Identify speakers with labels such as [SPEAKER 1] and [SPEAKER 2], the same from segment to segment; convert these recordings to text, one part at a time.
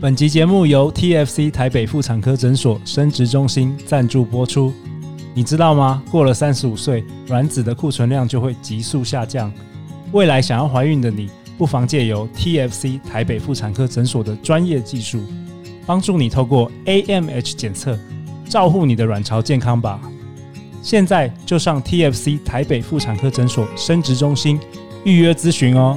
[SPEAKER 1] 本集节目由 TFC 台北妇产科诊所生殖中心赞助播出。你知道吗？过了三十五岁，卵子的库存量就会急速下降。未来想要怀孕的你，不妨借由 TFC 台北妇产科诊所的专业技术，帮助你透过 AMH 检测，照护你的卵巢健康吧。现在就上 TFC 台北妇产科诊所生殖中心预约咨询哦。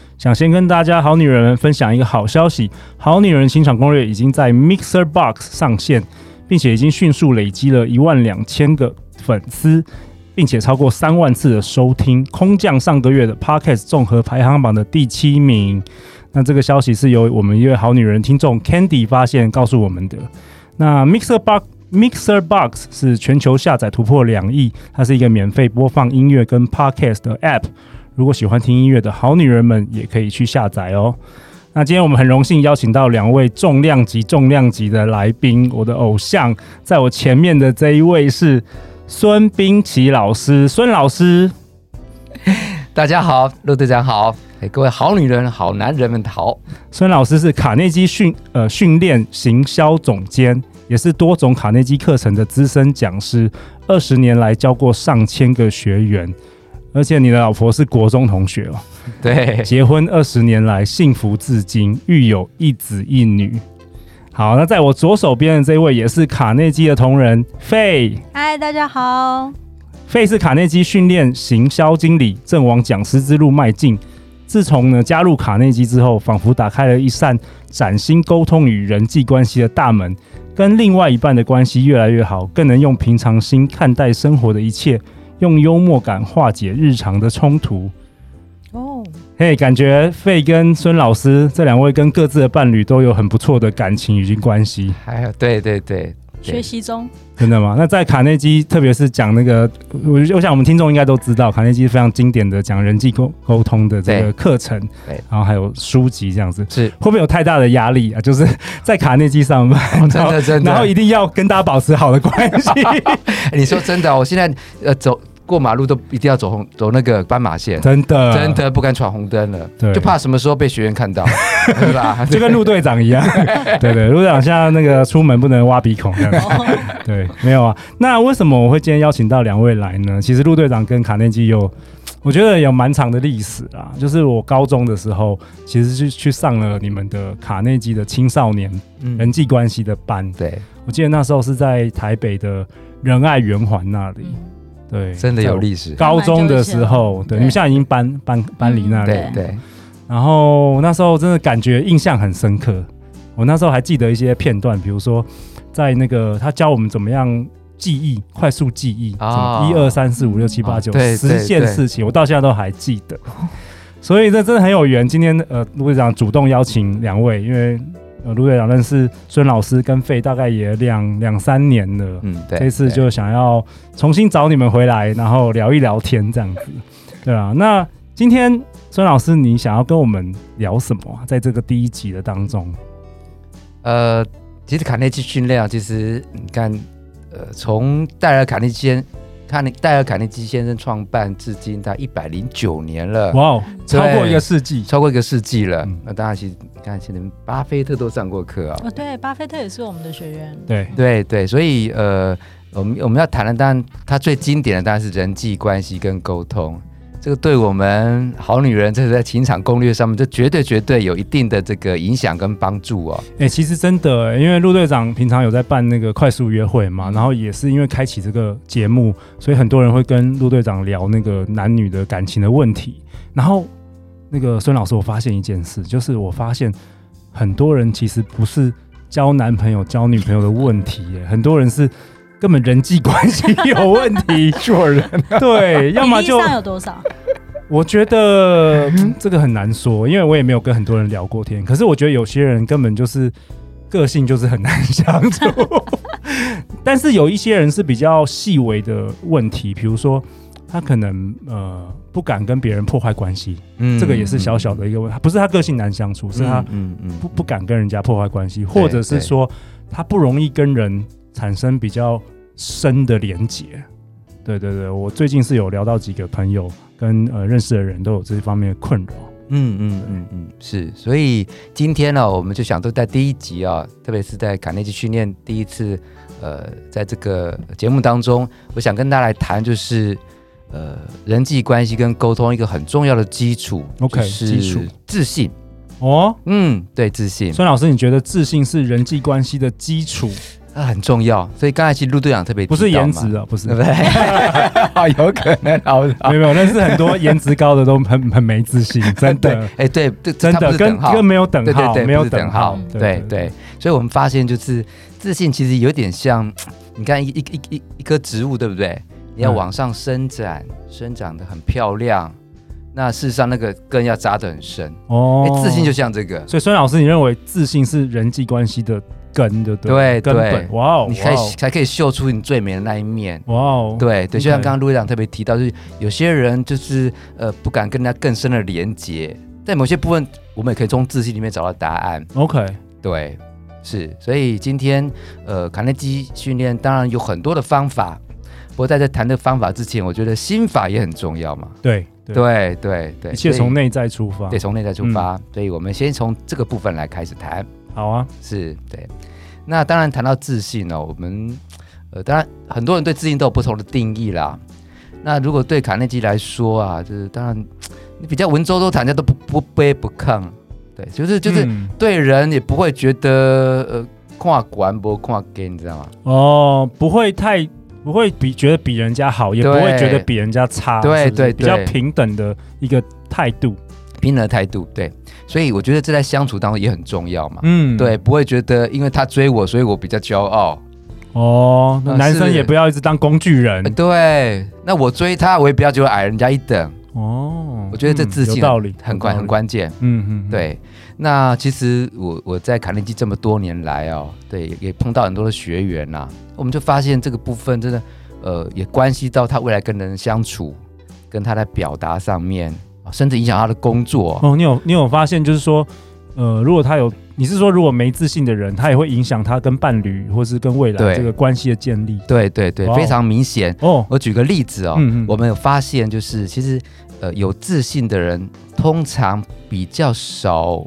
[SPEAKER 1] 想先跟大家好女人们分享一个好消息，《好女人情场攻略》已经在 Mixer Box 上线，并且已经迅速累积了一万两千个粉丝，并且超过三万次的收听，空降上个月的 Podcast 综合排行榜的第七名。那这个消息是由我们一位好女人听众 Candy 发现告诉我们的。那 Mixer Box Mixer Box 是全球下载突破两亿，它是一个免费播放音乐跟 podcast 的 App。如果喜欢听音乐的好女人们，也可以去下载哦。那今天我们很荣幸邀请到两位重量级、重量级的来宾，我的偶像，在我前面的这一位是孙冰琪老师，孙老师。
[SPEAKER 2] 大家好，陆队长好，哎，各位好女人、好男人们 好。
[SPEAKER 1] 孙老师是卡内基训呃训练行销总监，也是多种卡内基课程的资深讲师，二十年来教过上千个学员。而且你的老婆是国中同学哦，
[SPEAKER 2] 对，
[SPEAKER 1] 结婚二十年来幸福至今，育有一子一女。好，那在我左手边的这位也是卡内基的同仁费。
[SPEAKER 3] 嗨，大家好。
[SPEAKER 1] 费是卡内基训练行销经理，正往讲师之路迈进。自从呢加入卡内基之后，仿佛打开了一扇崭新沟通与人际关系的大门，跟另外一半的关系越来越好，更能用平常心看待生活的一切，用幽默感化解日常的冲突。
[SPEAKER 3] 哦，
[SPEAKER 1] 嘿、感觉费跟孙老师这两位跟各自的伴侣都有很不错的感情与关系，
[SPEAKER 2] 还有哎对对对，
[SPEAKER 3] 学习中，
[SPEAKER 1] 真的吗？那在卡内基，特别是讲那个，我我想我们听众应该都知道，卡内基是非常经典的讲人际沟沟通的这个
[SPEAKER 2] 对
[SPEAKER 1] 课程，
[SPEAKER 2] 对
[SPEAKER 1] 然后还有书籍这样子，
[SPEAKER 2] 是
[SPEAKER 1] 会不会有太大的压力啊？就是 在卡内基上班，然
[SPEAKER 2] 哦真
[SPEAKER 1] 后
[SPEAKER 2] 的真的。
[SPEAKER 1] 然后一定要跟大家保持好的关系，
[SPEAKER 2] 哎你说真的，我现在呃走过马路都一定要走红走那个斑马线，
[SPEAKER 1] 真的
[SPEAKER 2] 真，的不敢闯红灯了，
[SPEAKER 1] 对
[SPEAKER 2] 就怕什么时候被学员 看到，对吧？
[SPEAKER 1] 就跟陆队长一样，对对，陆队长现在那个出门不能挖鼻孔这样子。
[SPEAKER 3] 哦、
[SPEAKER 1] 对，没有啊。那为什么我会今天邀请到两位来呢？其实陆队长跟卡内基有，我觉得有蛮长的历史啦。就是我高中的时候，其实是去上了你们的卡内基的青少年人
[SPEAKER 2] 嗯，
[SPEAKER 1] 际关系的班。
[SPEAKER 2] 对，
[SPEAKER 1] 我记得那时候是在台北的仁爱圆环那
[SPEAKER 3] 嗯
[SPEAKER 1] 里。对，
[SPEAKER 2] 真的有
[SPEAKER 1] 史。
[SPEAKER 2] 历史，
[SPEAKER 1] 高中的时候，对，
[SPEAKER 3] 对
[SPEAKER 1] 你们现在已经搬搬搬离那里。
[SPEAKER 2] 对
[SPEAKER 3] 对
[SPEAKER 2] 对，
[SPEAKER 1] 然后那时候真的感觉印象很深刻。我那时候还记得一些片段，比如说在那个他教我们怎么样记忆，快速记忆，
[SPEAKER 2] 啊
[SPEAKER 1] 一二三四五六七八九
[SPEAKER 2] 啊对
[SPEAKER 1] 十件
[SPEAKER 2] 对
[SPEAKER 1] 事情，我到现在都还记 得。所以这真的很有缘。今天呃，陆队长主动邀请两位，因为呃，陆队长认识孙老师跟费大概也两两三年了，
[SPEAKER 2] 嗯，对，
[SPEAKER 1] 这次
[SPEAKER 2] 对
[SPEAKER 1] 就想要重新找你们回来，然后聊一聊天这样子，对啊。那今天孙老师，你想要跟我们聊什么啊？在这个第一集的当中，
[SPEAKER 2] 呃，其实卡内基训练啊，其实你看，呃，从戴尔卡内基先，卡内戴尔卡内基先生创办至今，他一百零九年了，
[SPEAKER 1] 哇哦，超
[SPEAKER 2] 对
[SPEAKER 1] 过一个世纪，
[SPEAKER 2] 超过一个世纪了。
[SPEAKER 1] 嗯
[SPEAKER 2] 那当然，其实你看，现在巴菲特都上过课啊、
[SPEAKER 3] 哦，对，巴菲特也是我们的学员。
[SPEAKER 1] 对，
[SPEAKER 2] 对对，所以呃，我们我们要谈的，当然他最经典的当然是人际关系跟沟通。这个对我们好女人，这是在情场攻略上面，这绝对绝对有一定的这个影响跟帮助哦。
[SPEAKER 1] 哎、其实真的、因为陆队长平常有在办那个快速约会嘛，然后也是因为开启这个节目，所以很多人会跟陆队长聊那个男女的感情的问题。然后那个孙老师，我发现一件事，就是我发现很多人其实不是交男朋友、交女朋友的问题耶，很多人是根本人际关系有问题，
[SPEAKER 2] 做人啊
[SPEAKER 1] 对，要么
[SPEAKER 3] 比例
[SPEAKER 1] 就
[SPEAKER 3] 上有 多少？
[SPEAKER 1] 我觉得、嗯这个很难说，因为我也没有跟很多人聊过天。可是我觉得有些人根本就是个性就是很难相 处。但是有一些人是比较细微的问题，比如说他可能呃不敢跟别人破坏关系，
[SPEAKER 2] 嗯
[SPEAKER 1] 这个也是小小的一个问题，不是他个性难相处，是他
[SPEAKER 2] 嗯嗯
[SPEAKER 1] 不不敢跟人家破坏关系，或者是
[SPEAKER 2] 对
[SPEAKER 1] 说他不容易跟人产生比较深的连结。对对对，我最近是有聊到几个朋友跟呃认识的人都有这方面的困扰。
[SPEAKER 2] 嗯嗯嗯嗯，是，所以今天呢、我们就想说，在第一集啊、特别是在卡内基训练第一次，呃，在这个节目当中，我想跟大家来谈，就是呃，人际关系跟沟通一个很重要的基础
[SPEAKER 1] OK，
[SPEAKER 2] 就是
[SPEAKER 1] 基础
[SPEAKER 2] 自信。
[SPEAKER 1] 哦，
[SPEAKER 2] 嗯，对，自信
[SPEAKER 1] 孙老师，你觉得自信是人际关系的基础，
[SPEAKER 2] 啊很重要。所以刚才其实陆队长特别
[SPEAKER 1] 不是
[SPEAKER 2] 提到
[SPEAKER 1] 颜
[SPEAKER 2] 嘛
[SPEAKER 1] 值，啊，哦不是
[SPEAKER 2] 对。不 对？啊，有可能好
[SPEAKER 1] 没有没有，但是很 多颜值高的都很很没自信，真的
[SPEAKER 2] 哎， 对，这
[SPEAKER 1] 真
[SPEAKER 2] 它不
[SPEAKER 1] 的
[SPEAKER 2] 是
[SPEAKER 1] 跟
[SPEAKER 2] 等号
[SPEAKER 1] 跟没有等
[SPEAKER 2] 对对
[SPEAKER 1] 号，
[SPEAKER 2] 对，
[SPEAKER 1] 没
[SPEAKER 2] 不
[SPEAKER 1] 有
[SPEAKER 2] 是等
[SPEAKER 1] 号
[SPEAKER 2] 号，，对
[SPEAKER 1] 对
[SPEAKER 2] 对，所以我们发现就是自信其实有点像，你看一一一一一棵植物，对不对？你
[SPEAKER 1] 嗯
[SPEAKER 2] 要往上伸展，生长得很漂亮，那事实上那个根要扎得很深。哎、
[SPEAKER 1] 哦，
[SPEAKER 2] 自信就像这个，
[SPEAKER 1] 所以孙老师，你认为自信是人际关系的根，对不对？
[SPEAKER 2] 对
[SPEAKER 1] 根
[SPEAKER 2] 对
[SPEAKER 1] 本。哇哦，
[SPEAKER 2] 你才才可以秀出你最美的那一面。
[SPEAKER 1] 哇哦，
[SPEAKER 2] 对对，就像
[SPEAKER 1] OK
[SPEAKER 2] 刚刚陆会长特别提到，就是有些人就是呃不敢跟人家更深的连接，在某些部分，我们也可以从自信里面找到答案。
[SPEAKER 1] ，OK，
[SPEAKER 2] 对，是，所以今天呃，卡内基训练当然有很多的方法，不过在这谈的方法之前，我觉得心法也很重要嘛。
[SPEAKER 1] 对对
[SPEAKER 2] 对对对，
[SPEAKER 1] 一切
[SPEAKER 2] 所以
[SPEAKER 1] 从内嗯在出发
[SPEAKER 2] 对。从内在出发，所以我们先从这个部分来开始谈，
[SPEAKER 1] 好啊，
[SPEAKER 2] 是对。那当然谈到自信呢、我们呃，当然很多人对自信都有不同的定义啦。那如果对卡内基来说啊，就是当然你比较文绉绉谈，人家都不不卑不亢，对，就是就是
[SPEAKER 1] 嗯
[SPEAKER 2] 对人也不会觉得呃跨管不跨给，你知道吗？
[SPEAKER 1] 哦，不会太不会比觉得比人家好，也不
[SPEAKER 2] 对
[SPEAKER 1] 会觉得比人家差，
[SPEAKER 2] 对
[SPEAKER 1] 是不是
[SPEAKER 2] 对对
[SPEAKER 1] 比较平等的一个态度。
[SPEAKER 2] 平等的态度，对，所以我觉得这在相处当中也很重要嘛。
[SPEAKER 1] 嗯，
[SPEAKER 2] 对，，不会觉得因为他追我，所以我比较骄傲。
[SPEAKER 1] 哦，
[SPEAKER 2] 呃
[SPEAKER 1] 男
[SPEAKER 2] 是
[SPEAKER 1] 生也不要一直当工具人
[SPEAKER 2] 呃。对，那我追他，我也不要觉得矮人家一等，
[SPEAKER 1] 哦，
[SPEAKER 2] 我觉得这自
[SPEAKER 1] 嗯
[SPEAKER 2] 信
[SPEAKER 1] 有道理，
[SPEAKER 2] 很关
[SPEAKER 1] 有道
[SPEAKER 2] 很
[SPEAKER 1] 理，
[SPEAKER 2] 关键。
[SPEAKER 1] 嗯嗯，嗯，
[SPEAKER 2] 对，那其实我我在卡内基这么多年来哦，对，也也碰到很多的学员呐、我们就发现这个部分真的，呃，也关系到他未来跟人相处，跟他在表达上面，啊甚至影响他的工作。
[SPEAKER 1] 哦，你有你有发现，就是说，呃，如果他有，你是说如果没自信的人，他也会影响他跟伴侣或是跟未来
[SPEAKER 2] 对
[SPEAKER 1] 这个关系的建立。
[SPEAKER 2] 对对对
[SPEAKER 1] 哇，哦
[SPEAKER 2] 非常明显。
[SPEAKER 1] 哦，
[SPEAKER 2] 我举个例子哦，
[SPEAKER 1] 嗯嗯
[SPEAKER 2] 我们有发现就是，其实呃，有自信的人通常比较少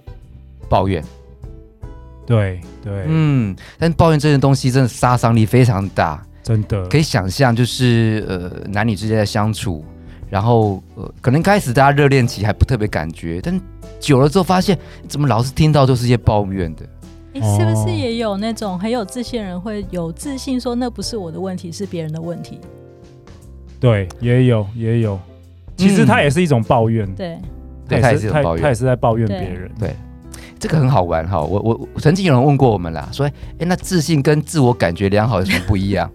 [SPEAKER 2] 抱怨，
[SPEAKER 1] 对对，
[SPEAKER 2] 嗯，但抱怨这件东西真的杀伤力非常大。
[SPEAKER 1] 真的
[SPEAKER 2] 可以想象，就是呃男女之间的相处，然后呃可能开始大家热恋期还不特别感觉，但久了之后发现，怎么老是听到就是一些抱怨的？
[SPEAKER 3] 诶
[SPEAKER 1] 哦
[SPEAKER 3] 是不是也有那种很有自信的人会有自信说那不是我的问题，是别人的问题？
[SPEAKER 1] 对，也有也有。其实他也是一种抱怨，
[SPEAKER 3] 嗯对，
[SPEAKER 2] 嗯对，他也是有抱
[SPEAKER 1] 他也
[SPEAKER 2] 怨。
[SPEAKER 1] 是在抱怨别
[SPEAKER 3] 对
[SPEAKER 1] 人。
[SPEAKER 2] 这个很好玩哈、我我我曾经有人问过我们啦，说，哎，那自信跟自我感觉良好有什么不一样？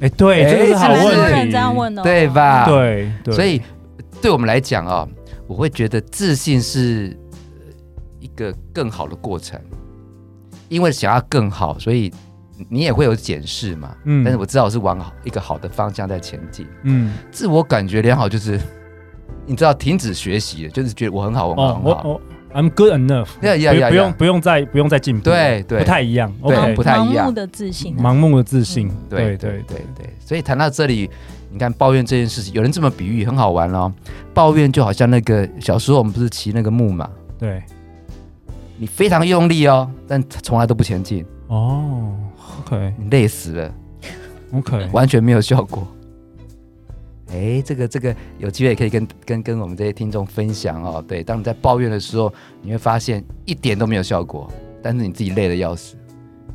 [SPEAKER 1] 哎，对，
[SPEAKER 2] 哎
[SPEAKER 1] 这个是
[SPEAKER 2] 是
[SPEAKER 1] 好
[SPEAKER 2] 不是
[SPEAKER 3] 蛮多
[SPEAKER 1] 问
[SPEAKER 3] 人
[SPEAKER 1] 题，
[SPEAKER 3] 这样问哦，
[SPEAKER 2] 对吧
[SPEAKER 1] 对 对，
[SPEAKER 2] 所以对我们来讲啊、我会觉得自信是呃一个更好的过程，因为想要更好，所以你也会有检视嘛。
[SPEAKER 1] 嗯
[SPEAKER 2] 但是我知道我是往好一个好的方向在前进。
[SPEAKER 1] 嗯，
[SPEAKER 2] 自我感觉良好就是，你知道停止学习了，就是觉得我很好，我很好，
[SPEAKER 1] 哦，
[SPEAKER 2] 很
[SPEAKER 1] 我
[SPEAKER 2] 好。
[SPEAKER 1] 我 I'm good enough，
[SPEAKER 2] 呀呀
[SPEAKER 1] 不
[SPEAKER 2] 呀
[SPEAKER 1] 不用
[SPEAKER 2] 呀！
[SPEAKER 1] 不用再不用再进步，
[SPEAKER 2] 对对
[SPEAKER 1] 不太一样
[SPEAKER 2] 对
[SPEAKER 1] ，OK，
[SPEAKER 2] 不太一样
[SPEAKER 3] 盲目的自信、啊，
[SPEAKER 1] 盲目的自信，
[SPEAKER 2] 嗯对
[SPEAKER 1] 对
[SPEAKER 2] 对对对，所以谈到这里，你看抱怨这件事情，有人这么比喻很好玩哦。抱怨就好像那个小时候我们不是骑那个木马，
[SPEAKER 1] 对，
[SPEAKER 2] 你非常用力哦，但从来都不前进，
[SPEAKER 1] 哦，OK
[SPEAKER 2] 你累死了，
[SPEAKER 1] OK，
[SPEAKER 2] 完全没有效果。哎，这个这个有机会可以跟跟跟我们这些听众分享哦。对，当你在抱怨的时候，你会发现一点都没有效果，但是你自己累得要死。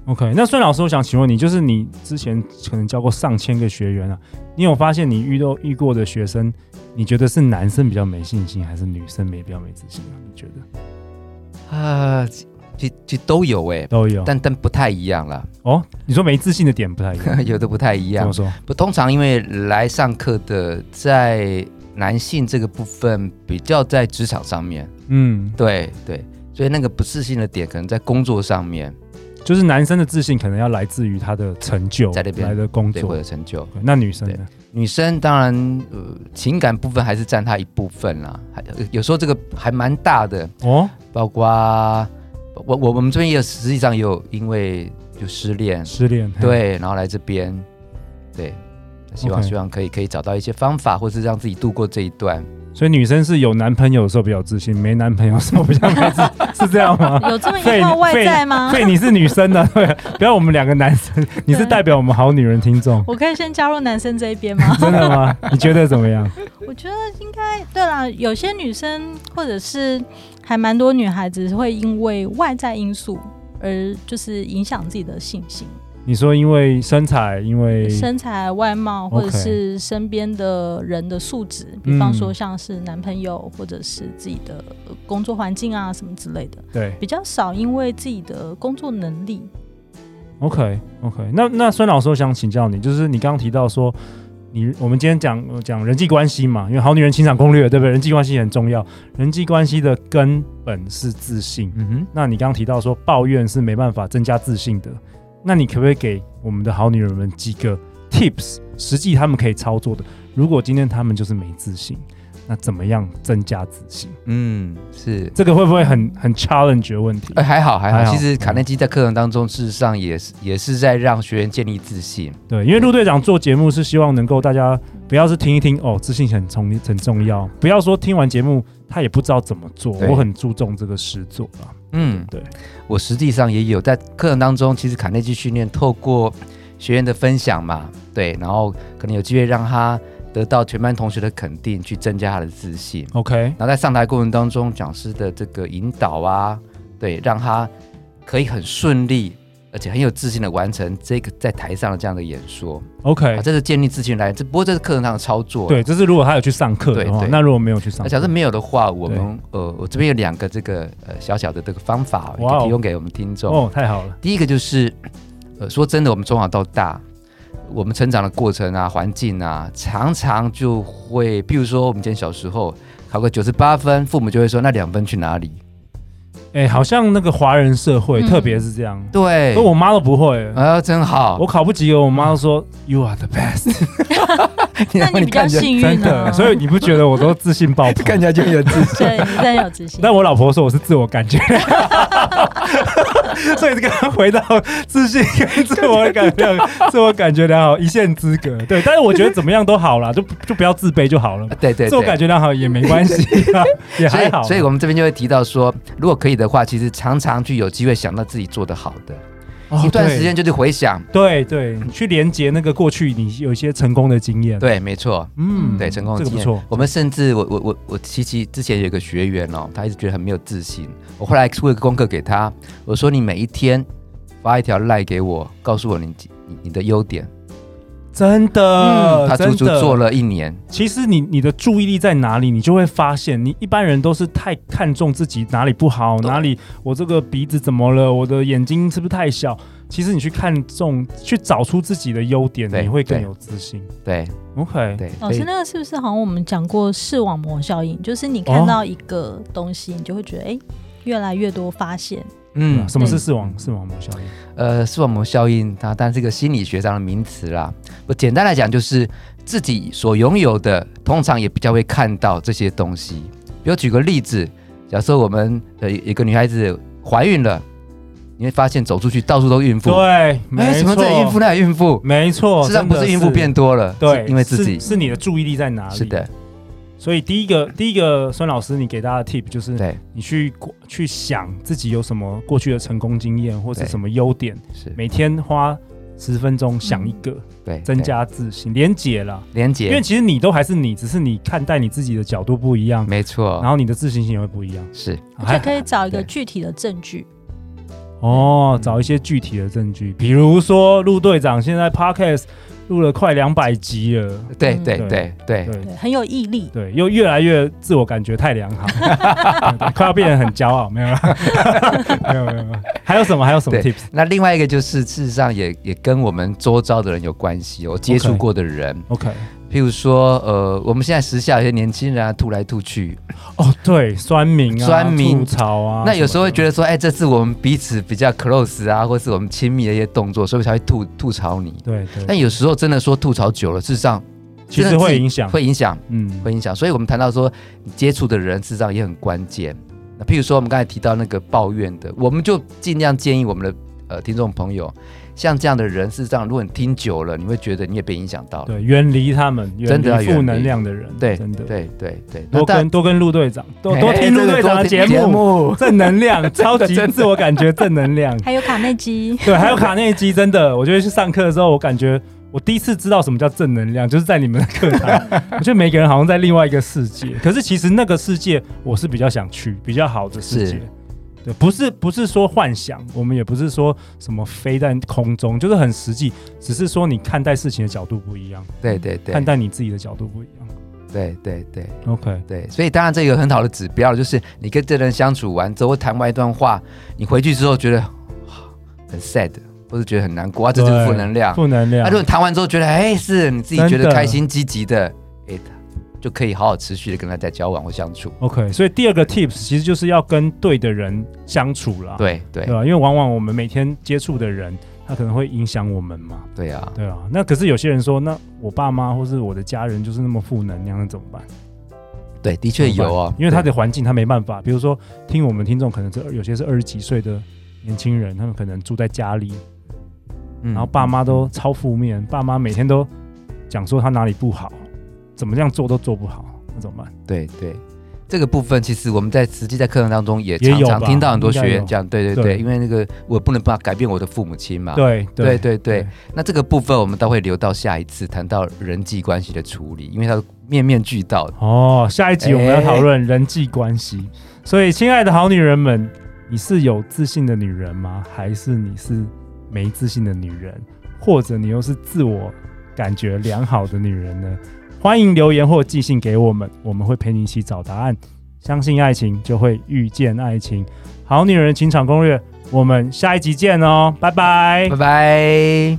[SPEAKER 1] OK，那孙老师，我想请问你，就是你之前可能教过上千个学员啊，你有发现你遇到遇过的学生，你觉得是男生比较没信心，还是女生没比较没自信啊？你觉得
[SPEAKER 2] 啊，其其其实都有哎、
[SPEAKER 1] 都有？
[SPEAKER 2] 但但不太一样了，
[SPEAKER 1] 哦，你说没自信的点不太一样，
[SPEAKER 2] 有的不太一
[SPEAKER 1] 怎
[SPEAKER 2] 样
[SPEAKER 1] 么。说？
[SPEAKER 2] 不，通常因为来上课的在男性这个部分比较在职场上面，
[SPEAKER 1] 嗯，
[SPEAKER 2] 对对，所以那个不自信的点可能在工作上面，
[SPEAKER 1] 就是男生的自信可能要来自于他的成就，
[SPEAKER 2] 在那边
[SPEAKER 1] 来的工
[SPEAKER 2] 对
[SPEAKER 1] 作
[SPEAKER 2] 或。者成就。
[SPEAKER 1] 对那女生呢？
[SPEAKER 2] 女生当然，呃，情感部分还是占她一部分啦，还有时候这个还蛮大的，
[SPEAKER 1] 哦，
[SPEAKER 2] 包括呃我我我们这边也有，实际上也有因为就 失恋，
[SPEAKER 1] 失恋。嘿，
[SPEAKER 2] 对，然后来这边，对，希望
[SPEAKER 1] OK
[SPEAKER 2] 希望可以可以找到一些方法，或是让自己度过这一段。
[SPEAKER 1] 所以女生是有男朋友的时候比较自信，没男朋友的时候比较没自信， 是这样吗？
[SPEAKER 3] 有这么
[SPEAKER 1] 废
[SPEAKER 3] 一套外
[SPEAKER 1] 废
[SPEAKER 3] 在吗？
[SPEAKER 1] 对，你是女生的， 对，不要我们两个男生，你是代表我们好女人听众，
[SPEAKER 3] 我可以先加入男生这一边吗？
[SPEAKER 1] 真的吗？你觉得怎么样？
[SPEAKER 3] 我觉得应该对啦，有些女生或者是还蛮多女孩子会因为外在因素而就是影响自己的信心，
[SPEAKER 1] 你说因为身材，因为
[SPEAKER 3] 身材、外貌
[SPEAKER 1] OK
[SPEAKER 3] 或者是身边的人的素质，比方说像是男朋友或者是自己的呃工作环境啊什么之类的，
[SPEAKER 1] 对
[SPEAKER 3] 比较少因为自己的工作能力。
[SPEAKER 1] ，OK OK，那那孙老师，我想请教你，就是你刚刚提到说。你我们今天讲呃讲人际关系嘛，因为《好女人情场攻略》对不对？人际关系很重要，人际关系的根本是自信。
[SPEAKER 2] 嗯哼，
[SPEAKER 1] 那你刚刚提到说抱怨是没办法增加自信的，那你可不可以给我们的好女人们几个 tips，实际他们可以操作的？如果今天他们就是没自信，那怎么样增加自信？
[SPEAKER 2] 嗯，是。
[SPEAKER 1] 这个会不会很很 challenge 的问题？
[SPEAKER 2] 哎，还好，还
[SPEAKER 1] 还
[SPEAKER 2] 好。
[SPEAKER 1] 好
[SPEAKER 2] 其实卡内基在课程当中，事实上也是也是在让学员建立自信。
[SPEAKER 1] 对，因为陆队长做节目是希望能够大家不要是听一听哦，自信很重很重要，不要说听完节目他也不知道怎么做。
[SPEAKER 2] 嗯对
[SPEAKER 1] 我很注重这个实做啊，
[SPEAKER 2] 嗯，
[SPEAKER 1] 对，
[SPEAKER 2] 我实际上也有在课程当中，其实卡内基训练透过学员的分享嘛，对，然后可能有机会让他得到全班同学的肯定，去增加他的自信。
[SPEAKER 1] OK，
[SPEAKER 2] 然后在上台过程当中，讲师的这个引导啊，对，让他可以很顺利，而且很有自信的完成这个在台上的这样的演说。
[SPEAKER 1] OK，
[SPEAKER 2] 啊，这是建立自信来，这不过这是课程上的操作。
[SPEAKER 1] 对，，这是如果他有去上课的
[SPEAKER 2] 对
[SPEAKER 1] 话，
[SPEAKER 2] 对
[SPEAKER 1] 那如果没有去上
[SPEAKER 2] 那
[SPEAKER 1] 课，
[SPEAKER 2] 假设没有的话，我
[SPEAKER 1] 对
[SPEAKER 2] 们呃，我这边有两个这个呃小小的这个方法，也
[SPEAKER 1] 哇
[SPEAKER 2] 可
[SPEAKER 1] 哦
[SPEAKER 2] 以提供给我们听众。
[SPEAKER 1] 哦，太好了，
[SPEAKER 2] 第一个就是，呃，说真的，我们从小到大，我们成长的过程啊、环境啊，常常就会，比如说我们以前小时候考个九十八分，父母就会说那两分去哪里？
[SPEAKER 1] 哎、好像那个华人社会，
[SPEAKER 3] 嗯
[SPEAKER 1] 特别是这样，
[SPEAKER 2] 对
[SPEAKER 1] 所以，我妈都不会。
[SPEAKER 2] 啊，真好
[SPEAKER 1] 哦 我，考不及格，我妈都说 “You are the best”，
[SPEAKER 3] 那你比较幸
[SPEAKER 1] 真
[SPEAKER 3] 运
[SPEAKER 1] 的。
[SPEAKER 3] 啊，
[SPEAKER 1] 所以你不觉得我都自信爆棚？
[SPEAKER 2] 看起来就 很有自信。
[SPEAKER 3] 对你真的有自信。
[SPEAKER 1] 但我老婆说我是自我 感觉，所以这个回到自信跟自我感觉， 自我感觉良好一线之隔。对，但是我觉得怎么样都好啦，就就不要自卑就好了嘛。
[SPEAKER 2] 对对
[SPEAKER 1] 自我感
[SPEAKER 2] 对。
[SPEAKER 1] 觉良好也没关系 啊，也
[SPEAKER 2] 所
[SPEAKER 1] 还好
[SPEAKER 2] 以，
[SPEAKER 1] 啊。
[SPEAKER 2] 所以我们这边就会提到说，如果可以的话，其实常常去有机会想到自己做得好的，
[SPEAKER 1] 哦
[SPEAKER 2] 一段时间就去回想。
[SPEAKER 1] 对对，对去连接那个过去你有一些成功的经验。，
[SPEAKER 2] 对，没错。
[SPEAKER 1] 嗯
[SPEAKER 2] 对，成功
[SPEAKER 1] 这
[SPEAKER 2] 的
[SPEAKER 1] 个
[SPEAKER 2] 经
[SPEAKER 1] 不
[SPEAKER 2] 验。
[SPEAKER 1] 错。
[SPEAKER 2] 我们甚至我我我我琪琪之前有一个学员哦，他一直觉得很没有自信。我后来出了个功课给他，我说你每一天发一条赖给我，告诉我你你你的优点。
[SPEAKER 1] 真的，
[SPEAKER 2] 嗯他足
[SPEAKER 1] 真
[SPEAKER 2] 足
[SPEAKER 1] 的
[SPEAKER 2] 做了一年。
[SPEAKER 1] 其实你你的注意力在哪里，你就会发现，你一般人都是太看重自己哪里不好，
[SPEAKER 2] 对
[SPEAKER 1] 哪里我这个鼻子怎么了，我的眼睛是不是太小？其实你去看重，去找出自己的优点，
[SPEAKER 2] 对
[SPEAKER 1] 你会更
[SPEAKER 2] 对
[SPEAKER 1] 有自信。
[SPEAKER 2] 对
[SPEAKER 1] OK，
[SPEAKER 2] 对，所
[SPEAKER 3] 老
[SPEAKER 2] 以
[SPEAKER 3] 师，那个是不是好像我们讲过视网膜效应？就是你看到一个东西，你就会觉得哎、诶越来越多发现。
[SPEAKER 2] 嗯
[SPEAKER 1] 什么是
[SPEAKER 3] 对
[SPEAKER 1] 视网视网膜效应？
[SPEAKER 2] 呃，视网膜效应，它但是一个心理学上的名词啦。我简单来讲，就是自己所拥有的，通常也比较会看到这些东西。比如举个例子，假设我们呃一个女孩子怀孕了，你会发现走出去到处都孕妇。
[SPEAKER 1] 对，
[SPEAKER 2] 哎，
[SPEAKER 1] 没
[SPEAKER 2] 什么这里孕妇
[SPEAKER 1] 错，
[SPEAKER 2] 那里孕妇？
[SPEAKER 1] 没错，
[SPEAKER 2] 事实上不
[SPEAKER 1] 真
[SPEAKER 2] 是
[SPEAKER 1] 的
[SPEAKER 2] 孕妇变多了，
[SPEAKER 1] 对，
[SPEAKER 2] 是因为自己
[SPEAKER 1] 是是你的注意力在哪里？
[SPEAKER 2] 是的，，
[SPEAKER 1] 所以第一个第一个孙老师，你给大家的 tip 就是
[SPEAKER 2] 对，
[SPEAKER 1] 你去过去想自己有什么过去的成功经验或是
[SPEAKER 2] 对
[SPEAKER 1] 什么优点，
[SPEAKER 2] 是
[SPEAKER 1] 每天花十分钟想一个，
[SPEAKER 2] 对
[SPEAKER 1] 增加自信，连结啦。
[SPEAKER 2] 嗯对连
[SPEAKER 1] 因为
[SPEAKER 2] 接，
[SPEAKER 1] 其实你都还是你，只是你看待你自己的角度不一样，
[SPEAKER 2] 没
[SPEAKER 1] 然
[SPEAKER 2] 错，
[SPEAKER 1] 后你的自信心也会不一样。哎
[SPEAKER 2] 是
[SPEAKER 3] 我觉得可以找一
[SPEAKER 2] 对
[SPEAKER 3] 个具体的证据，
[SPEAKER 1] 哦，找一些具体的证据，比如说陆队长现在 podcast 录了快两百集了，
[SPEAKER 2] 对
[SPEAKER 3] 嗯
[SPEAKER 1] 对
[SPEAKER 2] 对对对，
[SPEAKER 1] 对
[SPEAKER 3] 对，很有毅力。
[SPEAKER 1] 对，又越来越自我感觉太良 好，对快要变得很骄傲，没有啦，没有没有没有，还有什么还有什么
[SPEAKER 2] 对
[SPEAKER 1] tips？
[SPEAKER 2] 那另外一个就是，事实上也也跟我们周遭的人有关系哦，我接触
[SPEAKER 1] OK
[SPEAKER 2] 过的人，
[SPEAKER 1] OK，
[SPEAKER 2] 譬如说，呃，我们现在时下有些年轻人啊，吐来吐去，
[SPEAKER 1] 哦，对，酸民啊，
[SPEAKER 2] 酸民
[SPEAKER 1] 吐槽啊，
[SPEAKER 2] 那有时候会觉
[SPEAKER 1] 得
[SPEAKER 2] 得说，哎，这是我们彼此比较 close 啊，或是我们亲密的一些动作，所以才会吐吐槽你。
[SPEAKER 1] 对对，
[SPEAKER 2] 但有时候真的说吐槽久了，事实上
[SPEAKER 1] 其
[SPEAKER 2] 真
[SPEAKER 1] 实
[SPEAKER 2] 的自
[SPEAKER 1] 会
[SPEAKER 2] 己
[SPEAKER 1] 影响，
[SPEAKER 2] 会影响，
[SPEAKER 1] 嗯，
[SPEAKER 2] 会影响。所以我们谈到说，你接触的人事实上也很关键。那譬如说，我们刚才提到那个抱怨的，我们就尽量建议我们的呃听众朋友，像这样的人，事实上如果你听久了，你会觉得你也被影响到了。
[SPEAKER 1] 对，远离他们，远
[SPEAKER 2] 真的要
[SPEAKER 1] 离负
[SPEAKER 2] 远
[SPEAKER 1] 能
[SPEAKER 2] 离
[SPEAKER 1] 量的人，
[SPEAKER 2] 对
[SPEAKER 1] 真的，
[SPEAKER 2] 对对对，那
[SPEAKER 1] 多
[SPEAKER 2] 但
[SPEAKER 1] 跟多跟陆队长，多
[SPEAKER 2] 哎
[SPEAKER 1] 多听陆队长的节
[SPEAKER 2] 这个多听节
[SPEAKER 1] 目，
[SPEAKER 2] 目，
[SPEAKER 1] 正能量，超级
[SPEAKER 2] 真的
[SPEAKER 1] 自我感觉正能量，
[SPEAKER 3] 还有卡内基，
[SPEAKER 1] 对，还有卡内基，真的，我觉得去上课的时候，我感觉我第一次知道什么叫正能量，就是在你们的课 堂。我觉得每个人好像在另外一个世界，可是其实那个世界我是比较想去，比较好的世界
[SPEAKER 2] 是。
[SPEAKER 1] 对，不是不是说幻想，我们也不是说什么飞在空中，就是很实际，只是说你看待事情的角度不一样，
[SPEAKER 2] 对对对
[SPEAKER 1] 看待你自己的角度不一样。
[SPEAKER 2] 对对对
[SPEAKER 1] OK，
[SPEAKER 2] 对，所以当然这有很好的指标，就是你跟这人相处完之后，谈完一段话，你回去之后觉得 哇很 sad，或是觉得很难过，啊，这就是
[SPEAKER 1] 对
[SPEAKER 2] 负能量。
[SPEAKER 1] 负能
[SPEAKER 2] 那、
[SPEAKER 1] 量
[SPEAKER 2] 如果，你谈完之后觉得，哎，是你自己觉
[SPEAKER 1] 真
[SPEAKER 2] 得
[SPEAKER 1] 的
[SPEAKER 2] 开心、积极的，哎，就可以好好持续的跟他在交往或相处。
[SPEAKER 1] OK，所以第二个 tips 其实就是要跟对的人相处啦，
[SPEAKER 2] 对对
[SPEAKER 1] 啊对吧、因为往往我们每天接触的人，他可能会影响我们嘛，
[SPEAKER 2] 对啊，
[SPEAKER 1] 对啊。那可是有些人说，那我爸妈或是我的家人就是那么负能量，那怎么办？
[SPEAKER 2] 对，的确有哦，
[SPEAKER 1] 因为他
[SPEAKER 2] 对
[SPEAKER 1] 的环境他没办法，比如说听我们听众可能是有些是二十几岁的年轻人，他们可能住在家里，
[SPEAKER 2] 嗯
[SPEAKER 1] 然后爸妈都超负面，爸妈每天都讲说他哪里不好，怎么样做都做不好，那怎么办？
[SPEAKER 2] 嗯对对，这个部分其实我们在实际在课堂当中也
[SPEAKER 1] 也
[SPEAKER 2] 常
[SPEAKER 1] 有
[SPEAKER 2] 常
[SPEAKER 1] 吧
[SPEAKER 2] 听到很多
[SPEAKER 1] 应该
[SPEAKER 2] 学员
[SPEAKER 1] 有
[SPEAKER 2] 讲，对对
[SPEAKER 1] 对
[SPEAKER 2] 对，因为那个我不能把改变我的父母亲嘛。
[SPEAKER 1] 对
[SPEAKER 2] 啊
[SPEAKER 1] 对
[SPEAKER 2] 对对对，那这个部分我们都会留到下一次谈到人际关系的处理，因为它是面面俱到的。
[SPEAKER 1] 哦，下一集我们要讨论人际关系。所以，亲爱的好女人们，你是有自信的女人吗？还是你是没自信的女人？或者你又是自我感觉良好的女人呢？欢迎留言或寄信给我们，我们会陪你一起找答案。相信爱情，就会遇见爱情。好女人情场攻略，我们下一集见哦，拜拜
[SPEAKER 2] 拜拜。